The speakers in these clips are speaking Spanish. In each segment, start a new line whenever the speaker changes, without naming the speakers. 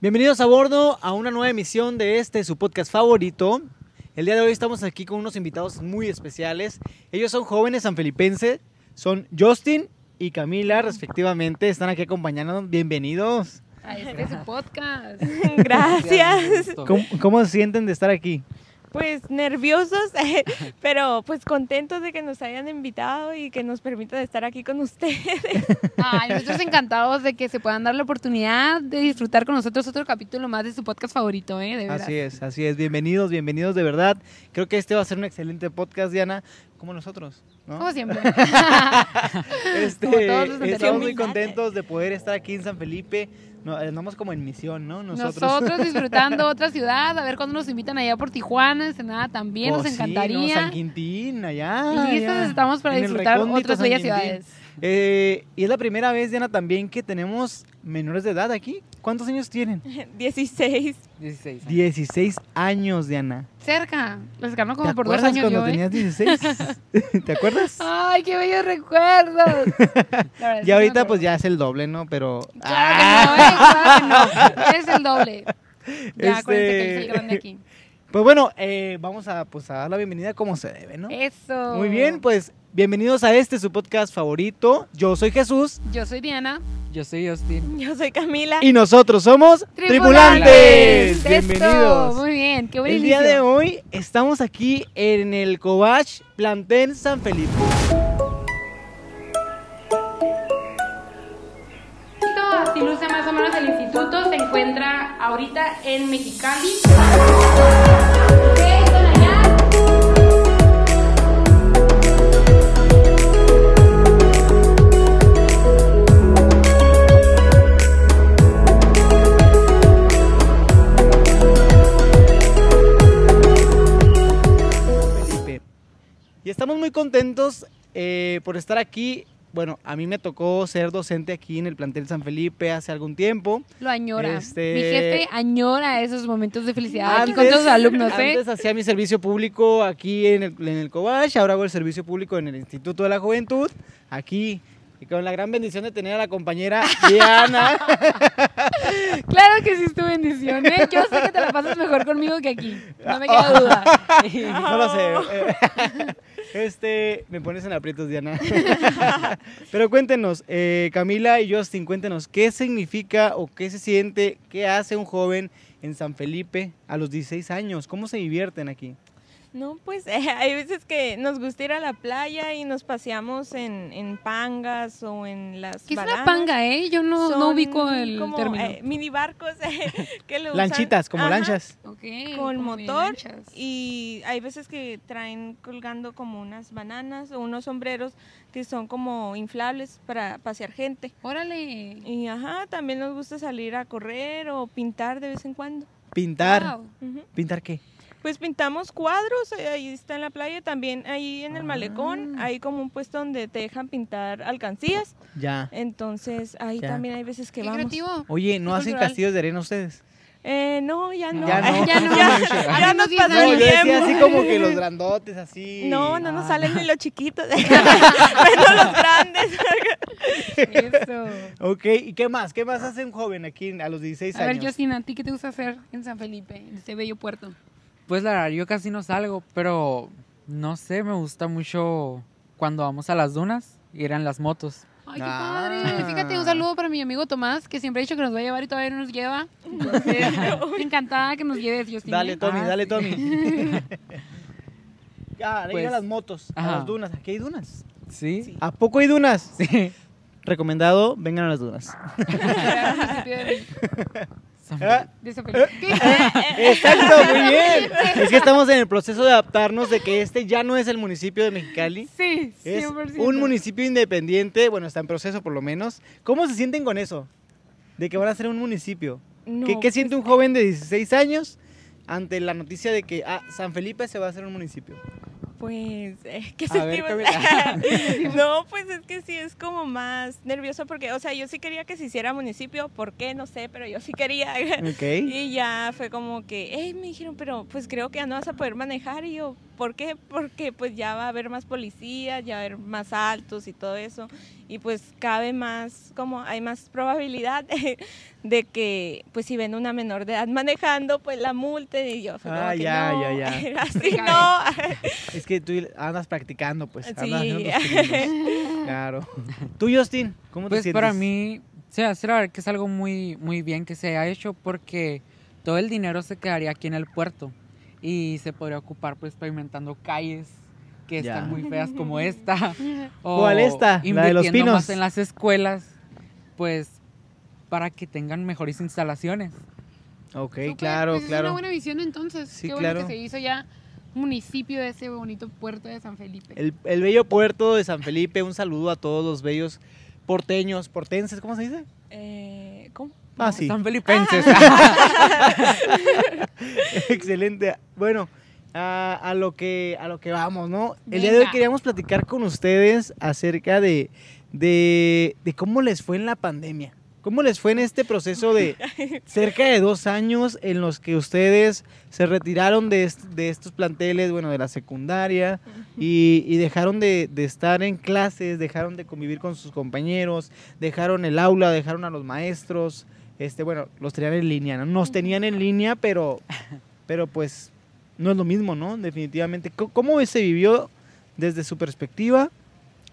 Bienvenidos a bordo a una nueva emisión de este, su podcast favorito. El día de hoy estamos aquí con unos invitados muy especiales. Ellos son jóvenes sanfelipenses, son Justin y Camila, respectivamente. Están aquí acompañándonos. Bienvenidos.
A este su podcast.
ah,
Gracias.
¿Cómo, cómo se sienten de estar aquí?
Pues nerviosos, pero pues contentos de que nos hayan invitado y que nos permitan estar aquí con ustedes.
Ay, nosotros encantados de que se puedan dar la oportunidad de disfrutar con nosotros otro capítulo más de su podcast favorito, ¿eh? De verdad.
Así es, así es. Bienvenidos, bienvenidos de verdad. Creo que este va a ser un excelente podcast, Diana, como nosotros. ¿no?
Como siempre.
Este,
Como todos los
estamos
anteriores.
muy contentos de poder estar aquí en San Felipe. No, andamos como en misión, ¿no? Nosotros.
Nosotros. disfrutando otra ciudad, a ver cuándo nos invitan allá por Tijuana, Ensenada también,
Oh,
nos
sí, ¿no?
encantaría.
San Quintín, allá.
y listos
allá.
estamos para
En el
disfrutar
recóndito
otras
San
bellas
Quintín.
ciudades.
Eh, y es la primera vez, Diana, también que tenemos menores de edad aquí. ¿Cuántos años tienen?
16.
16.
16 años, Diana.
Cerca, les ganó
¿Te
como por dos
acuerdas
años
cuando
yo, ¿eh?
tenías 16? ¿Te acuerdas?
Ay, qué bellos recuerdos. La verdad es que sí
Y
me
ahorita
acuerdo.
pues ya es el doble, ¿no? Pero...
Claro que no, ¿eh? claro que no. Es el doble. Ya, acuérdense que es el
Este-
grande aquí.
Pues bueno, eh, vamos a, pues, a dar la bienvenida como se debe, ¿no?
Eso.
Muy bien, pues bienvenidos a este, su podcast favorito. Yo soy Jesús
Yo soy Diana.
Yo soy Justin.
Yo soy Camila.
y nosotros somos Tripulantes.
Esto,
Bienvenidos.
Muy bien, qué buen
El día de
inicio.
hoy estamos aquí en el Cobach Plantel San Felipe.
Así luce más o menos el instituto, se encuentra ahorita en Mexicali.
Felipe. Y estamos muy contentos eh, por estar aquí. Bueno, a mí me tocó ser docente aquí en el plantel San Felipe hace algún tiempo.
Lo añora.
Este-
Mi jefe añora esos momentos de felicidad aquí con
Antes-
todos los alumnos, ¿eh?
Antes hacía mi servicio público aquí en el, en el Cobach, ahora hago el servicio público en el Instituto de la Juventud, aquí. Y con la gran bendición de tener a la compañera Diana.
Claro que sí es tu bendición, ¿eh? Yo sé que te la pasas mejor conmigo que aquí. No me queda duda.
Ah, no lo sé. eh, Este, me pones en aprietos, Diana. Pero cuéntenos, eh, Camila y Justin, cuéntenos, ¿qué significa o qué se siente, qué hace un joven en San Felipe a los 16 años? ¿Cómo se divierten aquí?
No, pues eh, hay veces que nos gusta ir a la playa y nos paseamos en, en pangas o en las
¿Qué es una
baranas.
panga, eh? Yo no, no
Son
ubico el
como,
término.
eh, mini barcos eh, que lo usan-
Lanchitas, como
Ajá,
lanchas.
Ok,
Con
como
motor
lanchas.
Y hay veces que traen colgando como unas bananas o unos sombreros que son como inflables para pasear gente.
Órale.
Y ajá, también nos gusta salir a correr o pintar de vez en cuando.
Pintar.
Wow.
Ujú.
¿Pintar qué?
Pues pintamos cuadros, eh, ahí está en la playa también, ahí en el malecón,
Ah.
hay como un puesto donde te dejan pintar alcancías,
Ya.
entonces ahí
Ya.
también hay veces que
Qué
vamos.
creativo.
Oye, ¿no
Qué
hacen
cultural.
castillos de arena ustedes?
Eh, no, ya no.
Ya no.
Ya no.
ya,
Hace
ya
unos
nos
10
pasó
años.
el
yo decía
tiempo.
así como que los grandotes, así.
No, no nos
Ah.
salen ni los chiquitos, menos los grandes.
Eso.
Ok, ¿y qué más? ¿Qué más hace un joven aquí a los 16
A
años?
ver, Justin, ¿a ti qué te gusta hacer en San Felipe, en este bello puerto?
Pues la verdad, yo casi no salgo, pero no sé, me gusta mucho cuando vamos a las dunas, ir en las motos.
Ay, qué
Ah.
padre. Fíjate, un saludo para mi amigo Tomás, que siempre ha dicho que nos va a llevar y todavía no nos lleva. Entonces, encantada que nos lleves, Justin.
Dale,
¿eh?
Tommy,
Ah,
dale,
sí.
Tommy. Ya, ir a
Pues,
las motos, a
ajá.
las dunas. Aquí hay dunas.
¿Sí?
¿A poco hay dunas?
Sí.
Recomendado, vengan a las dunas.
Al municipio de-
San-
Ah,
de San Felipe. ¿Qué?
Exacto, muy bien. Es que estamos en el proceso de adaptarnos de que este ya no es el municipio de Mexicali.
Sí,
Es
100%.
un municipio independiente, bueno, está en proceso por lo menos. ¿Cómo se sienten con eso? De que van a ser un municipio.
No,
¿Qué, qué siente un joven de 16 años ante la noticia de que ah, San Felipe se va a hacer un municipio?
Pues, eh, ¿qué
A ver,
sentimos? no, pues es que sí es como más nervioso porque, o sea, yo sí quería que se hiciera municipio, ¿por qué? No sé, pero yo sí quería.
Ok.
Y ya fue como que, hey, me dijeron, pero pues creo que ya no vas a poder manejar. Y yo, ¿Por qué? Porque pues ya va a haber más policías, ya va a haber más altos y todo eso. Y pues cabe más, como hay más probabilidad de, de que pues si ven una menor de edad manejando, pues la multen y yo. fue como
Ah,
que
ya,
no,
ya, ya.
Así no.
Es que tú andas practicando, pues. andas
Sí.
haciendo tus pininos. Claro. Tú, Justin, ¿cómo te
Pues
sientes?
para mí, se hace la verdad que es algo muy, muy bien que se haya hecho porque todo el dinero se quedaría aquí en el puerto y se podría ocupar pues pavimentando calles que
Ya.
están muy feas como esta. o
¿Cuál esta? La de los
invirtiendo
pinos.
más en las escuelas, pues para que tengan mejores instalaciones.
Ok,
Súper,
claro,
pues Es
claro.
una buena visión entonces.
Sí,
Qué bueno
claro.
que se hizo ya municipio de ese bonito puerto de San Felipe.
El, el bello puerto de San Felipe, un saludo a todos los bellos porteños, portenses, ¿cómo se dice?
Eh, ¿Cómo?
Ah, sí.
Están felipenses.
Excelente. Bueno, a, a lo que, a lo que vamos, ¿no? El día de
Venga.
hoy queríamos platicar con ustedes acerca de, de, de cómo les fue en la pandemia. ¿Cómo les fue en este proceso de cerca de dos años en los que ustedes se retiraron de, est- de estos planteles, bueno, de la secundaria y, y dejaron de, de estar en clases, dejaron de convivir con sus compañeros, dejaron el aula, dejaron a los maestros, este, bueno, los tenían en línea, ¿no? Nos tenían en línea, pero pero pues no es lo mismo, ¿no? Definitivamente. Co- ¿Cómo se vivió desde su perspectiva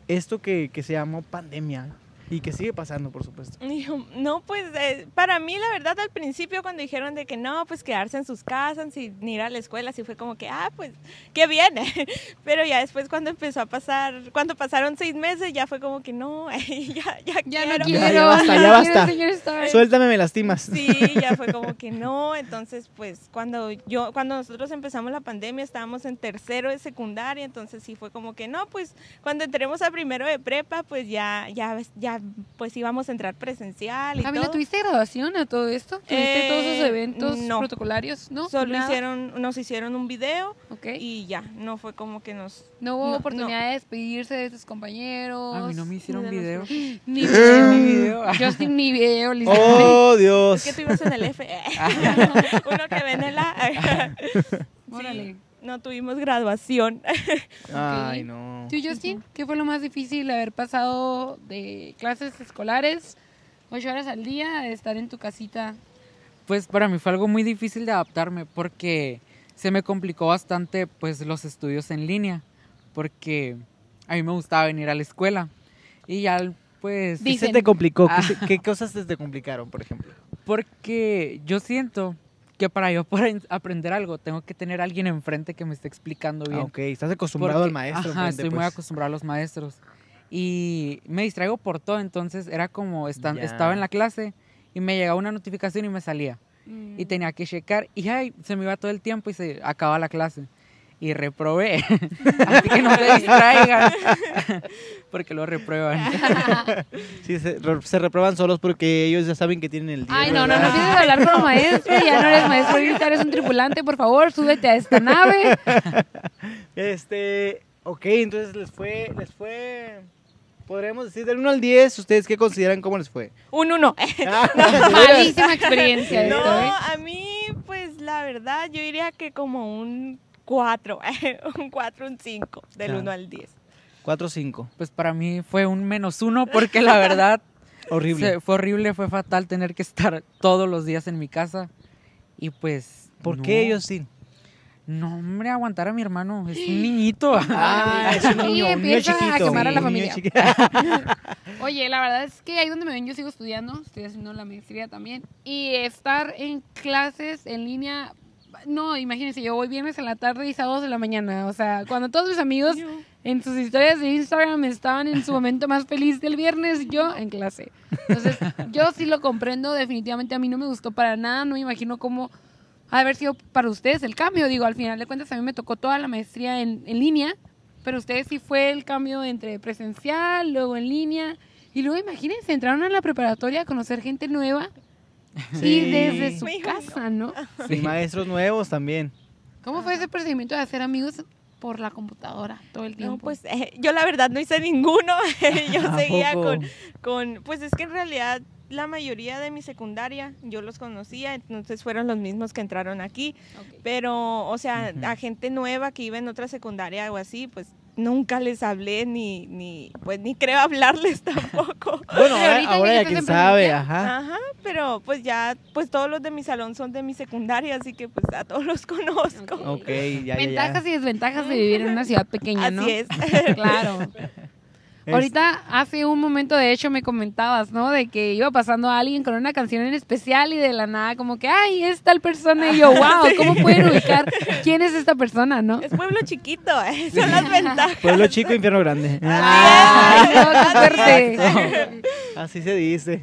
esto que, que se llamó pandemia y que sigue pasando, por supuesto?
Hijo, No, pues eh, para mí la verdad al principio cuando dijeron de que no, pues quedarse en sus casas sin ir a la escuela, sí fue como que, ah, pues qué bien. Pero ya después cuando empezó a pasar, cuando pasaron seis meses, ya fue como que no, ya, ya,
Ya
quiero.
no quiero.
ya basta, ya
no
basta.
quiero el señor Stark.
Suéltame, me lastimas.
Sí, ya fue como que no. Entonces, pues cuando yo, cuando nosotros empezamos la pandemia, estábamos en tercero de secundaria, entonces sí fue como que no, pues cuando entremos a primero de prepa, pues ya, ya, ya, pues íbamos a entrar presencial y
Camila,
todo.
¿tuviste graduación a todo esto? ¿Tuviste
Eh,
todos esos eventos
no.
protocolarios? No,
Solo
nada.
hicieron, nos hicieron un video
Ok.
y ya, no fue como que nos...
no hubo
no,
oportunidad de despedirse de tus compañeros.
A mí no Eh. me hicieron
de los-
video.
Ni video.
Ni video.
Justin, ni video, Lisa.
¡Oh,
Es
Dios!
que tú ibas en el F. Uno que ve en el A.
Órale.
No tuvimos graduación.
Ay, no.
¿Tú, Justin, qué fue lo más difícil haber pasado de clases escolares, ocho horas al día, de estar en tu casita?
Pues para mí fue algo muy difícil de adaptarme porque se me complicó bastante pues los estudios en línea porque a mí me gustaba venir a la escuela y ya pues
¿Qué se
Dicen.
te complicó? ¿Qué,
Ah.
se- qué cosas se te complicaron, por ejemplo?
porque yo siento que para yo poder aprender algo tengo que tener a alguien enfrente que me esté explicando
Ah,
bien.
ok, estás acostumbrado
Porque-
al maestro.
Ajá,
enfrente,
estoy muy
pues.
acostumbrado a los maestros. Y me distraigo por todo, entonces era como estan-
Ya.
estaba en la clase y me llegaba una notificación y me salía.
Mm.
Y tenía que checar y ay, se me iba todo el tiempo y se acaba la clase. Y reprobé. Así que no se distraigan. Porque lo reprueban.
Sí, se, re- se reprueban solos porque ellos ya saben que tienen el día.
Ay, no, no, no
¿verdad?
empieces a hablar como maestro, ya no eres maestro ahorita, eres un tripulante, por favor, súbete a esta nave.
Este, ok, entonces les fue, les fue, podríamos decir, del 1 al 10, ¿ustedes qué consideran cómo les fue?
Un uno.
Ah,
Malísima experiencia
No,
esto, ¿eh?
a mí, pues la verdad, yo diría que como un 4, un 4, un 5, del
Ya.
1 al 10.
4-5.
Pues para mí fue un menos uno porque la verdad
Horrible.
se- fue horrible, fue fatal tener que estar todos los días en mi casa. Y pues...
¿Por
no.
qué ellos sí?
No, hombre, aguantar a mi hermano. Es un niñito.
Ah, es un
Sí,
niño, un niño
empieza a
chiquito.
quemar a la
un niño
familia.
chiquito.
Oye, la verdad es que ahí donde me ven yo sigo estudiando, estoy haciendo la maestría también. Y estar en clases en línea, no, imagínense, yo voy viernes en la tarde y sábados en la mañana. O sea, cuando todos mis amigos en sus historias de Instagram estaban en su momento más feliz del viernes, yo en clase. Entonces, yo sí lo comprendo, definitivamente a mí no me gustó para nada, no me imagino cómo ha de haber sido para ustedes el cambio. Digo, al final de cuentas a mí me tocó toda la maestría en, en línea, pero ustedes sí fue el cambio entre presencial, luego en línea, y luego imagínense, entraron a la preparatoria a conocer gente nueva y
Sí.
desde su
Me dijo,
casa, ¿no?
Y maestros nuevos también.
¿Cómo fue ese procedimiento de hacer amigos por la computadora todo el tiempo?
No, pues eh, yo la verdad no hice ninguno. yo
¿A
seguía
poco?
con, con, pues es que en realidad la mayoría de mi secundaria, yo los conocía, entonces fueron los mismos que entraron aquí. Pero, o sea,
Ujú.
a gente nueva que iba en otra secundaria o así, pues nunca les hablé ni, ni pues ni creo hablarles tampoco.
Bueno,
Pero
ahora,
ahorita
ahora
ya
ya
estás
quién
en
sabe,
presencial.
ajá.
Ajá, pero pues ya, pues todos los de mi salón son de mi secundaria, así que pues a todos los conozco.
Ok.
Ok, ya, ya, ya.
Ah. Ventajas y desventajas de vivir en una ciudad pequeña, ¿no?
Así es.
Claro.
Es-
Ahorita, hace un momento, de hecho, me comentabas, ¿no? De que iba pasando alguien con una canción en especial y de la nada, como que, ay, es tal persona. Y yo, wow, ¿cómo pueden ubicar quién es esta persona, no?
Es pueblo chiquito, eh, son las ventajas.
Pueblo chico, infierno grande.
Ay, no, qué fuerte.
Así se dice.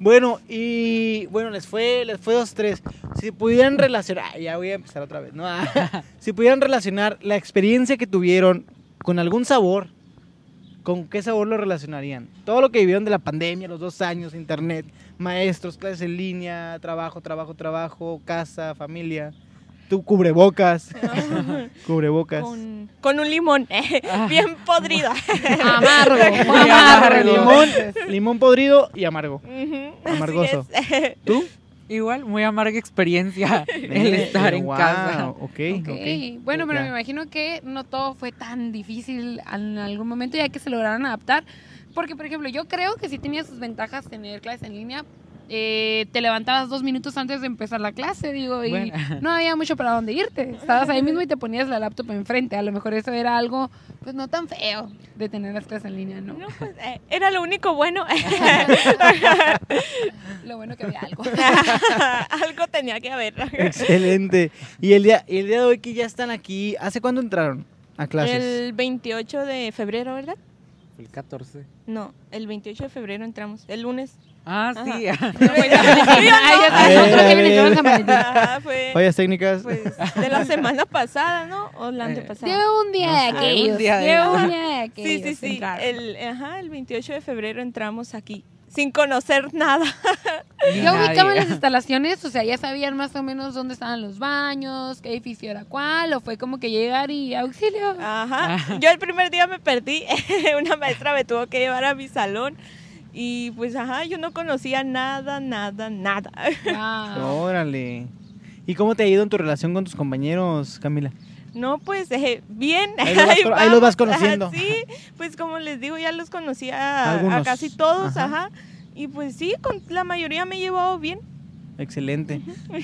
bueno, y bueno, les fue, les fue dos, tres. Si pudieran relacionar, ah, ya voy a empezar otra vez, ¿no? Ah, si pudieran relacionar la experiencia que tuvieron con algún sabor, ¿con qué sabor lo relacionarían? Todo lo que vivieron de la pandemia, los dos años, internet, maestros, clases en línea, trabajo, trabajo, trabajo, casa, familia. Tú cubrebocas, cubrebocas.
Con, con un limón, eh,
Ah.
bien podrido.
Amargo, fue
Y amargo,
amargo.
Limón, limón podrido y amargo.
Ujú, así
Amargoso.
es.
¿Tú?
Igual, muy amarga experiencia el
Eh,
estar en
wow,
casa.
Ok,
Ok,
ok.
Bueno, pero
Ya.
me imagino que no todo fue tan difícil en algún momento, ya que se lograron adaptar. Porque, por ejemplo, yo creo que sí tenía sus ventajas tener clases en línea. Eh, te levantabas dos minutos antes de empezar la clase, digo, y
Bueno.
no había mucho para dónde irte. Estabas ahí mismo y te ponías la laptop enfrente. A lo mejor eso era algo, pues, no tan feo de tener las clases en línea, ¿no?
No, pues, eh, era lo único bueno.
Lo bueno que había algo.
Algo tenía que haber.
Excelente. Y el día, y el día de hoy que ya están aquí, ¿hace cuándo entraron a clases?
El 28 de febrero, ¿verdad?
El 14.
No, el 28 de febrero entramos, el lunes.
Ah, sí.
Ay, ya sabes,
A ver,
nosotros
a
que viene,
ver.
vamos a maletín.
Ajá, fue
Fallas técnicas.
pues, de la semana pasada, ¿no? O
Eh,
la antepasada.
Llevo un día de
No sé,
aquellos.
un día de-
llevo un día de
Sí, sí,
aquellos,
sí.
entraron.
El, ajá, el 28 de febrero entramos aquí, sin conocer nada.
Ni
Ya ubicaban
nadie.
las instalaciones, o sea, ya sabían más o menos dónde estaban los baños, qué edificio era cuál, o fue como que llegar y auxilio. Ah.
Ajá. Yo el primer día me perdí. Una maestra me tuvo que llevar a mi salón. Y pues, ajá, yo no conocía nada, nada, nada.
Wow.
Órale. ¿Y cómo te ha ido en tu relación con tus compañeros, Camila?
No, pues, eh, bien.
Ahí los vas cono- ahí los vas
vamos. Ajá,
conociendo.
sí, pues como les digo, ya los conocía a- a
Algunos.
casi todos,
Ajá.
ajá. Y pues sí, con la mayoría me he llevado bien.
Excelente.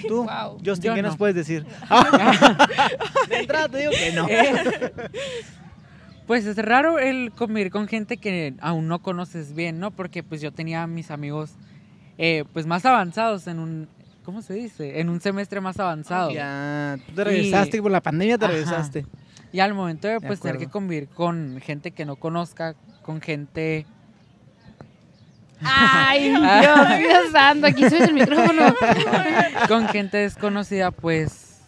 ¿Tú,
Wow.
Justin,
Yo
qué
no.
nos puedes decir? de entrada te digo que no.
Pues es raro el convivir con gente que aún no conoces bien, ¿no? Porque pues yo tenía a mis amigos eh, pues más avanzados en un, ¿cómo se dice? En un semestre más avanzado.
Ya, tú te regresaste,
Y-
por la pandemia te
Ajá.
regresaste.
Y al momento de pues tener que
acuerdo.
convivir con gente que no conozca, con gente...
Ay, Dios, Dios santo, aquí subes el micrófono.
con gente desconocida, pues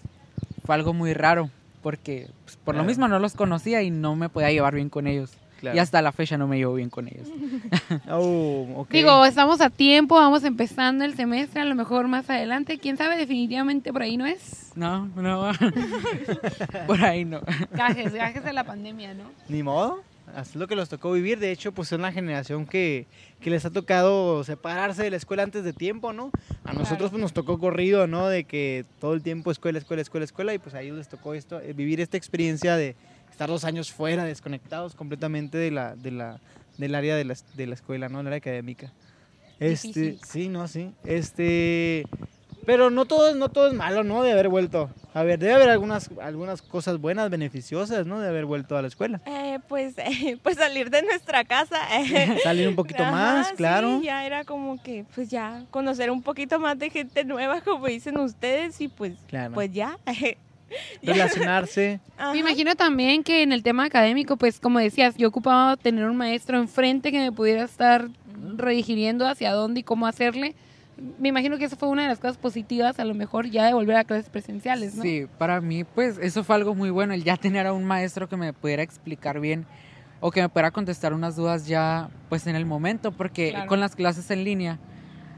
fue algo muy raro, porque pues, por
Claro.
lo mismo no los conocía y no me podía llevar bien con ellos.
Claro.
Y hasta la fecha no me llevo bien con ellos.
Oh, ok.
Digo, estamos a tiempo, vamos empezando el semestre, a lo mejor más adelante, quién sabe, definitivamente por ahí no es.
No, no, por ahí no.
Gajes, gajes de la pandemia, ¿no?
Ni modo. Así es lo que los tocó vivir. De hecho, pues son la generación que, que les ha tocado separarse de la escuela antes de tiempo, ¿no? A nosotros pues, nos tocó corrido, ¿no? De que todo el tiempo escuela, escuela, escuela, escuela. Y pues a ellos les tocó esto, eh, vivir esta experiencia de estar dos años fuera, desconectados completamente de la, de la, del área de la, es- de la escuela, ¿no? Del área académica. Este,
Difícil.
sí, no, sí. Este, pero no todo, es- no todo es malo, ¿no? De haber vuelto. A ver, debe haber algunas, algunas cosas buenas, beneficiosas, ¿no? De haber vuelto a la escuela.
Eh, pues, eh, pues salir de nuestra casa. eh,
Salir un poquito
Ajá,
más,
sí,
claro.
ya era como que, pues ya, conocer un poquito más de gente nueva, como dicen ustedes, y pues,
Claro.
pues ya. ya.
Relacionarse.
Ajá.
Me imagino también que en el tema académico, pues como decías, yo ocupaba tener un maestro enfrente que me pudiera estar redirigiendo hacia dónde y cómo hacerle. Me imagino que eso fue una de las cosas positivas, a lo mejor ya de volver a clases presenciales, ¿no?
Sí, para mí, pues eso fue algo muy bueno, el ya tener a un maestro que me pudiera explicar bien o que me pudiera contestar unas dudas ya, pues en el momento, porque
Claro.
con las clases en línea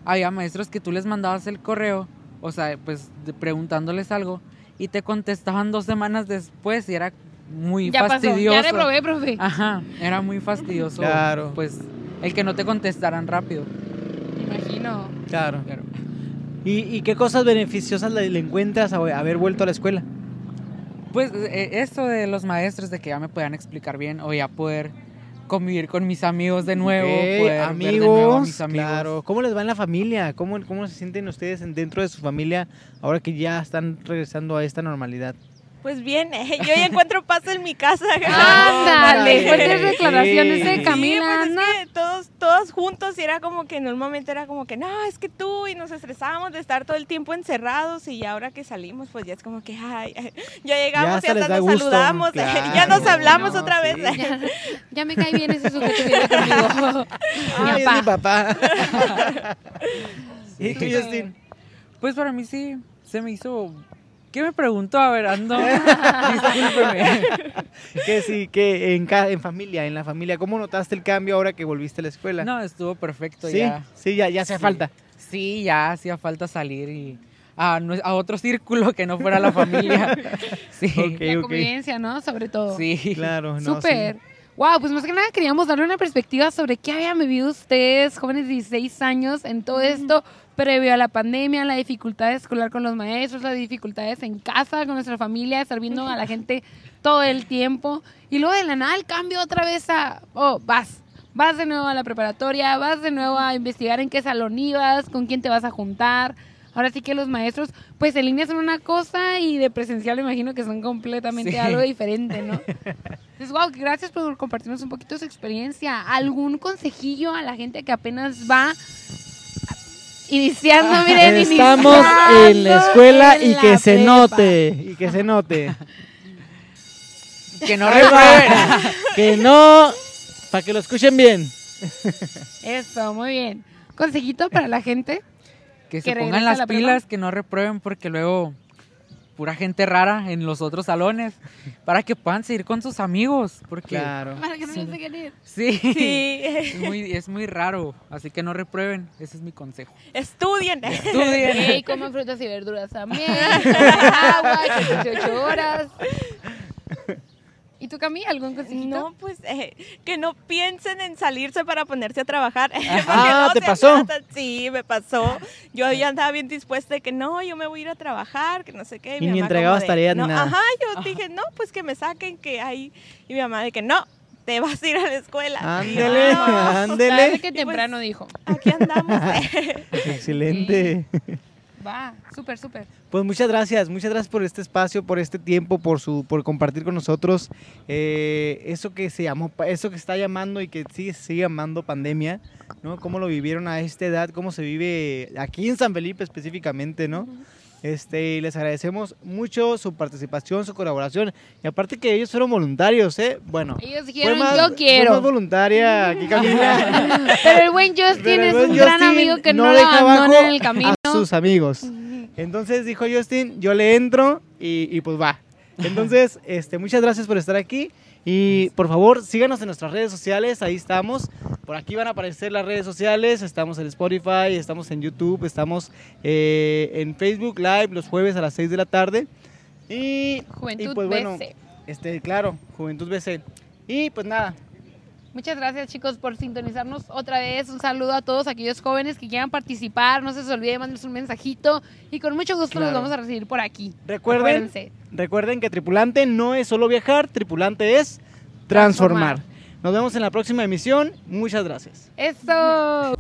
había maestros que tú les mandabas el correo, o sea, pues de- preguntándoles algo y te contestaban dos semanas después y era muy
ya pasó,
fastidioso.
ya reprobé, profe.
Ajá, era muy fastidioso.
Claro.
Pues el que no te contestaran rápido.
me imagino.
Claro. ¿Y, y qué cosas beneficiosas le, le encuentras a haber vuelto a la escuela?
Pues eh, esto de los maestros, de que ya me puedan explicar bien o ya poder convivir con mis amigos de nuevo.
Ok,
poder ver de
amigos,
nuevo a mis amigos.
Claro. ¿Cómo les va en la familia? ¿Cómo, ¿Cómo se sienten ustedes en- dentro de su familia ahora que ya están regresando a esta normalidad?
Pues bien, eh, yo ya encuentro paz en mi casa.
Ándale,
Ándale.
fuertes declaraciones
Sí,
de
Ah, sí,
Camila,
pues es
anda.
que todos, todos juntos y era como que en un momento era como que no, es que tú y nos estresábamos de estar todo el tiempo encerrados y ahora que salimos pues ya es como que ay, ay, ya llegamos
hasta
ya
les da
nos
gusto,
saludamos,
claro,
ya nos hablamos
no,
otra vez.
sí.
Ya, ya me cae bien ese sujeto que viene conmigo.
Ay,
Mi
es mi
papá.
papá. ¿Y tú, Justin?
Pues para mí sí, se me hizo... ¿Qué me preguntó? A ver, ando... Discúlpeme.
Que sí, que en, ca- en familia, en la familia, ¿cómo notaste el cambio ahora que volviste a la escuela?
No, estuvo perfecto
sí,
ya.
sí, ya, ya hace
Sí.
falta.
Sí, ya hacía falta salir y a, nue- a otro círculo que no fuera la familia. Sí,
Ok,
La
ok.
convivencia, ¿no? Sobre todo.
sí.
Claro, no, sí.
Súper. Wow, pues más que nada queríamos darle una perspectiva sobre qué habían vivido ustedes, jóvenes de 16 años, en todo esto previo a la pandemia, la dificultad escolar con los maestros, las dificultades en casa, con nuestra familia, estar viendo a la gente todo el tiempo. Y luego de la nada el cambio otra vez a, oh, vas, vas de nuevo a la preparatoria, vas de nuevo a investigar en qué salón ibas, con quién te vas a juntar. Ahora sí que los maestros, pues en línea son una cosa y de presencial me imagino que son completamente
Sí.
algo diferente, ¿no? Entonces, wow, gracias por compartirnos un poquito su experiencia. ¿Algún consejillo a la gente que apenas va iniciando, miren,
Ah, Estamos
iniciando
en la escuela
en
y
la
que se
prepa?
note, y que se note.
Que no reprueben.
que no, para que lo escuchen bien.
Eso, muy bien. Consejito para la gente.
Que
Que
se
regrese
pongan
a la
las
prepa.
pilas, que no reprueben porque luego pura gente rara en los otros salones para que puedan seguir con sus amigos. Porque
Claro.
Para que no se queden.
sí,
Sí,
Es, muy, es muy raro. Así que no reprueben. Ese es mi consejo.
estudien.
Estudien.
Y coman frutas y verduras también. agua, 18 horas. ¿Y tú, Cami, algún consejito?
No, pues eh, que no piensen en salirse para ponerse a trabajar. porque
Ah,
no
¿te
se
pasó?
aguantan. Sí, me pasó. Yo ya andaba bien dispuesta de que no, yo me voy a ir a trabajar, que no sé qué.
Y
mi
ni
mamá
entregabas
como de,
tareas ni
"No".
nada.
Ajá, yo dije, no, pues que me saquen, que hay. Y mi mamá de que no, te vas a ir a la escuela.
Ándele,
Ah,
Tarde
ándele.
que temprano dijo.
Aquí andamos. eh.
Excelente.
Va, súper, súper.
Pues muchas gracias, muchas gracias por este espacio, por este tiempo, por su, por compartir con nosotros eh, eso que se llamó, pa- eso que está llamando y que sigue, sigue llamando pandemia, ¿no? Cómo lo vivieron a esta edad, cómo se vive aquí en San Felipe específicamente, ¿no? Este, y les agradecemos mucho su participación, su colaboración y aparte que ellos fueron voluntarios, ¿eh? Bueno,
Ellos dijeron,
fue más-
yo
Fue más
quiero.
voluntaria que Camila.
Pero el buen Justin
Pero
es
el
un
buen
gran
Justin
amigo que no, lo
deja abajo
abandona en el camino.
A sus amigos. Entonces dijo Justin, yo le entro y, y pues va. Entonces, este, muchas gracias por estar aquí y por favor síganos en nuestras redes sociales, ahí estamos. Por aquí van a aparecer las redes sociales, estamos en Spotify, estamos en YouTube, estamos eh, en Facebook Live los jueves a las 6 de la tarde. Y,
Juventud
y, pues, bueno.
BC.
este, claro, Juventud BC. Y pues nada,
Muchas gracias chicos por sintonizarnos otra vez. Un saludo a todos aquellos jóvenes que quieran participar. No se les olvide mandarnos un mensajito y con mucho gusto los
Claro.
vamos a recibir por aquí.
recuerden
Acuérdense.
Recuerden que tripulante no es solo viajar, tripulante es transformar. Nos vemos en la próxima emisión. Muchas gracias.
Eso.